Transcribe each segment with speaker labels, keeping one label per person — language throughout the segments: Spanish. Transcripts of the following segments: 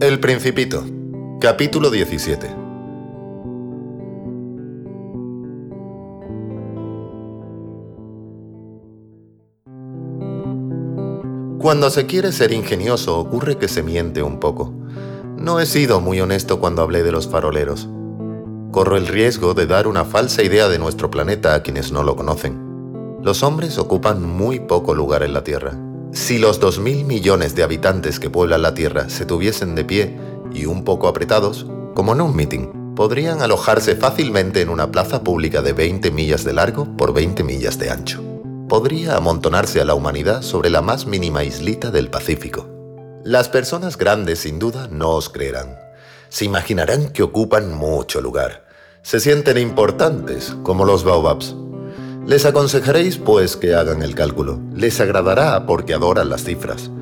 Speaker 1: El Principito, capítulo 17. Cuando se quiere ser ingenioso ocurre que se miente un poco. No he sido muy honesto cuando hablé de los faroleros. Corro el riesgo de dar una falsa idea de nuestro planeta a quienes no lo conocen. Los hombres ocupan muy poco lugar en la Tierra. Si los 2.000 millones de habitantes que pueblan la Tierra se tuviesen de pie y un poco apretados, como en un meeting, podrían alojarse fácilmente en una plaza pública de 20 millas de largo por 20 millas de ancho podría amontonarse a la humanidad sobre la más mínima islita del Pacífico. Las personas grandes sin duda no os creerán. Se imaginarán que ocupan mucho lugar. Se sienten importantes, como los baobabs. Les aconsejaréis pues que hagan el cálculo. Les agradará porque adoran las cifras.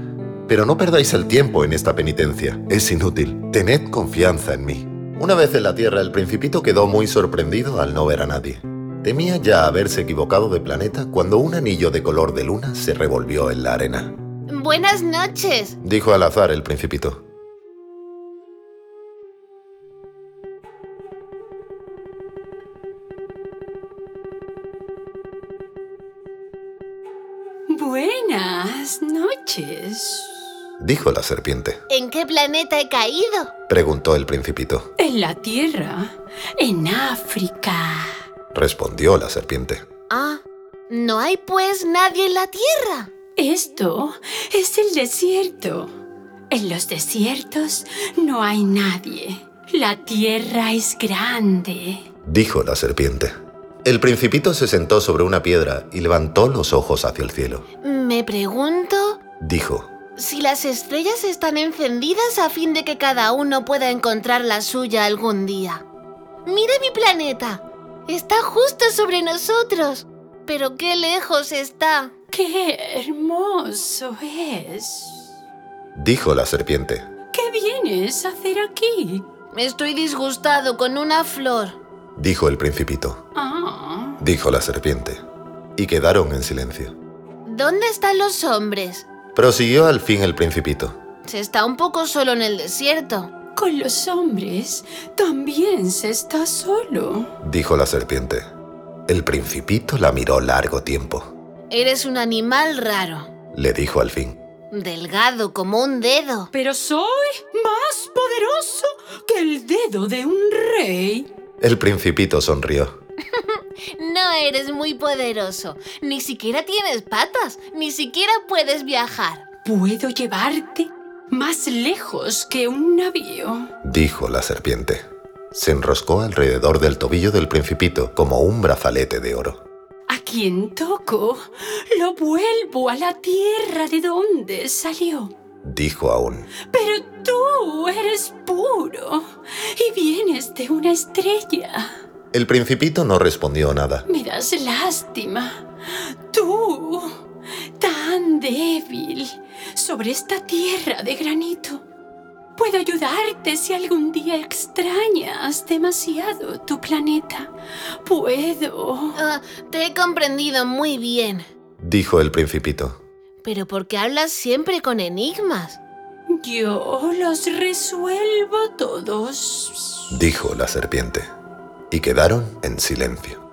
Speaker 1: Pero no perdáis el tiempo en esta penitencia. Es inútil. Tened confianza en mí. Una vez en la Tierra, el principito quedó muy sorprendido al no ver a nadie. Temía ya haberse equivocado de planeta cuando un anillo de color de luna se revolvió en la arena.
Speaker 2: Buenas noches.
Speaker 1: Dijo al azar el principito.
Speaker 3: Buenas noches.
Speaker 1: Dijo la serpiente.
Speaker 2: ¿En qué planeta he caído?
Speaker 1: Preguntó el principito.
Speaker 3: En la Tierra, en África.
Speaker 1: Respondió la serpiente.
Speaker 2: Ah, ¿no hay pues nadie en la Tierra?
Speaker 3: Esto es el desierto. En los desiertos no hay nadie. La Tierra es grande.
Speaker 1: Dijo la serpiente. El principito se sentó sobre una piedra y levantó los ojos hacia el cielo.
Speaker 2: Me pregunto
Speaker 1: Dijo.
Speaker 2: si las estrellas están encendidas a fin de que cada uno pueda encontrar la suya algún día. Mira mi planeta. Está justo sobre nosotros. Pero qué lejos está.
Speaker 3: ¡Qué hermoso es!
Speaker 1: Dijo la serpiente.
Speaker 3: ¿Qué vienes a hacer aquí?
Speaker 2: Estoy disgustado con una flor.
Speaker 1: Dijo el principito.
Speaker 3: Ah,
Speaker 1: Dijo la serpiente. Y quedaron en silencio.
Speaker 2: ¿Dónde están los hombres?
Speaker 1: Prosiguió al fin el principito.
Speaker 2: Se está un poco solo en el desierto.
Speaker 3: con los hombres también se está solo.
Speaker 1: Dijo la serpiente. El principito la miró largo tiempo.
Speaker 2: Eres un animal raro.
Speaker 1: Le dijo al fin.
Speaker 2: Delgado como un dedo.
Speaker 3: Pero soy más poderoso que el dedo de un rey.
Speaker 1: El principito sonrió.
Speaker 2: No eres muy poderoso. Ni siquiera tienes patas. Ni siquiera puedes viajar.
Speaker 3: Puedo llevarte más lejos que un navío.
Speaker 1: Dijo la serpiente. Se enroscó alrededor del tobillo del principito como un brazalete de oro.
Speaker 3: A quien toco, lo vuelvo a la tierra de donde salió.
Speaker 1: Dijo aún.
Speaker 3: Pero tú eres puro y vienes de una estrella.
Speaker 1: El principito no respondió nada.
Speaker 3: Me das lástima. Tú, tan débil, sobre esta tierra de granito. Puedo ayudarte si algún día extrañas demasiado tu planeta. Puedo.
Speaker 2: Ah, te he comprendido muy bien.
Speaker 1: Dijo el principito.
Speaker 2: Pero ¿por qué hablas siempre con enigmas?
Speaker 3: Yo los resuelvo todos.
Speaker 1: Dijo la serpiente. Y quedaron en silencio.